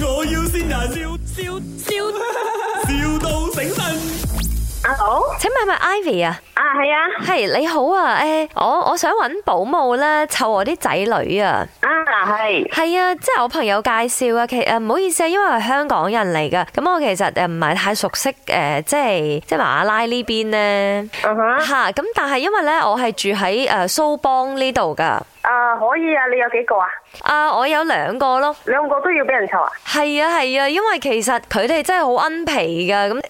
要先人，笑笑笑，,笑到醒神。 Hello，請問係咪 Ivy 啊？啊係啊，係你好啊，誒，我我想揾保姆咧，湊我啲仔女啊。啊係，係啊，即係我朋友介紹啊，其誒唔好意思啊，因為係香港人嚟噶，咁我其實誒唔係太熟悉誒、呃即係即係馬拉呢邊咧嗯哼，嚇，咁、但係因為咧我係住喺誒蘇邦呢度噶，啊可以啊，你有幾個啊？啊我有兩個咯，兩個都要俾人湊啊？係啊係啊，因為其實佢哋真係好恩皮噶，咁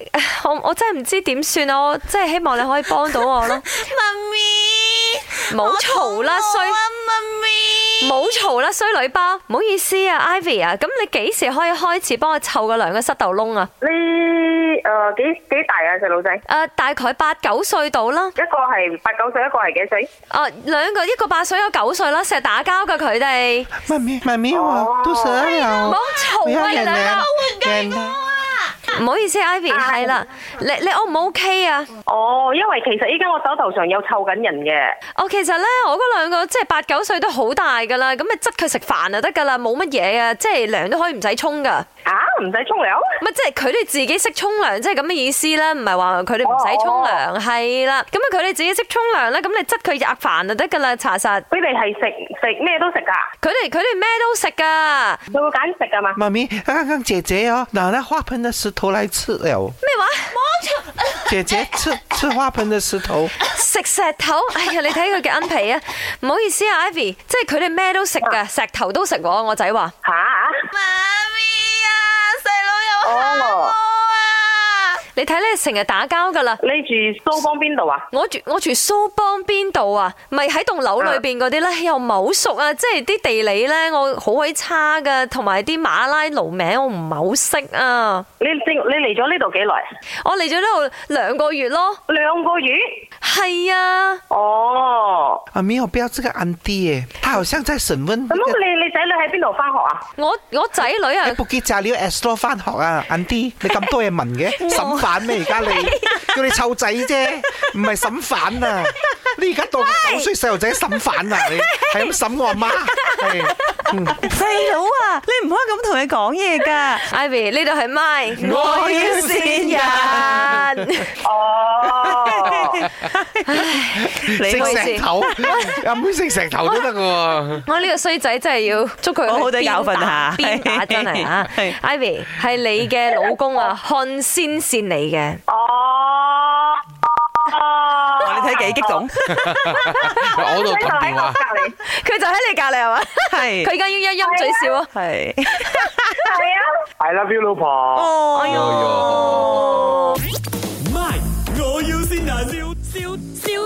我我真係唔知點算啊，我真係希望你可以幫到我咯， 媽咪，冇嘈啦我肚餓衰啊，媽咪，冇嘈啦衰女包，唔好意思啊 Ivy 啊，咁你幾時可以開始幫我湊個兩個膝頭窿啊？你誒幾幾大啊細路仔？誒、大概八九歲到啦，一個係八九歲，一個係幾歲？哦、兩個一個八歲，一個九歲啦，成日打交噶佢哋，妈咪，妈咪，我肚蛇了唔好，不嘈要啊你忍兩了，個，忍我了。啊，唔好意思 Ivy，係啦，你你 O 唔 OK 啊？哦，因為其實依家我手頭上有湊緊人嘅。我哦其實咧，我嗰兩個即係八九歲都好大噶啦，咁咪執佢食飯就得噶啦，冇乜嘢啊，即係涼都可以唔使沖噶，啊，唔使沖涼？咪即係佢哋自己識沖涼，即係咁嘅意思啦，唔係話佢哋唔使沖涼，係啦，咁啊佢哋自己識沖涼啦，咁你執佢吔飯就得噶啦，查實，佢哋係食食咩都食㗎，佢哋佢哋咩都食噶，佢會揀食㗎嘛？妈咪，刚刚姐姐哦，拿那花盆的石头来吃了。咩話？姐姐吃吃花盆的石头，食石頭，哎呀，你睇佢嘅恩皮啊！唔好意思啊，Ivy，即係佢哋咩都食噶，石頭都食喎。我仔話嚇、媽咪啊，細佬又哦喊我啊，你睇你成日打交噶啦。你住蘇邦邊度啊？我住我住蘇邦邊度啊？咪喺棟樓裏邊嗰啲咧，又唔係好熟啊！即係啲地理咧，我好鬼差噶，同埋啲馬拉奴名我唔係好識啊！你你嚟咗呢度幾耐？我嚟咗呢度兩個月咯，兩個月？係啊，哦，啊，没有，不要这个安迪耶，他好像在审问那咁个。你你仔女喺邊度翻學啊？我我仔女啊你，不記炸料 S 咯翻學啊，安迪，你咁多嘢問嘅，審犯咩而家你？叫你湊仔啫，唔係審犯啊！你而家當九歲細路仔審犯啊！你係咁審我阿媽，係嗯。細佬啊， 你唔可以咁同佢講嘢㗎。 Ivy 呢度係咪？我要 善人。 哦。食好意思石頭，阿妹食石頭都得嘅喎。我呢個衰仔真係要祝佢好好地鞭教訓打下鞭打真係 啊係！Ivy 係你嘅老公 啊，漢先善你嘅。哦，哦哇，你睇幾激動，我度撳電話，係佢就喺你隔離 係嘛？佢係而家要一陰嘴笑啊！係。啊。 I love you，老婆。哦，哎呦。 My，我要先人，笑笑笑，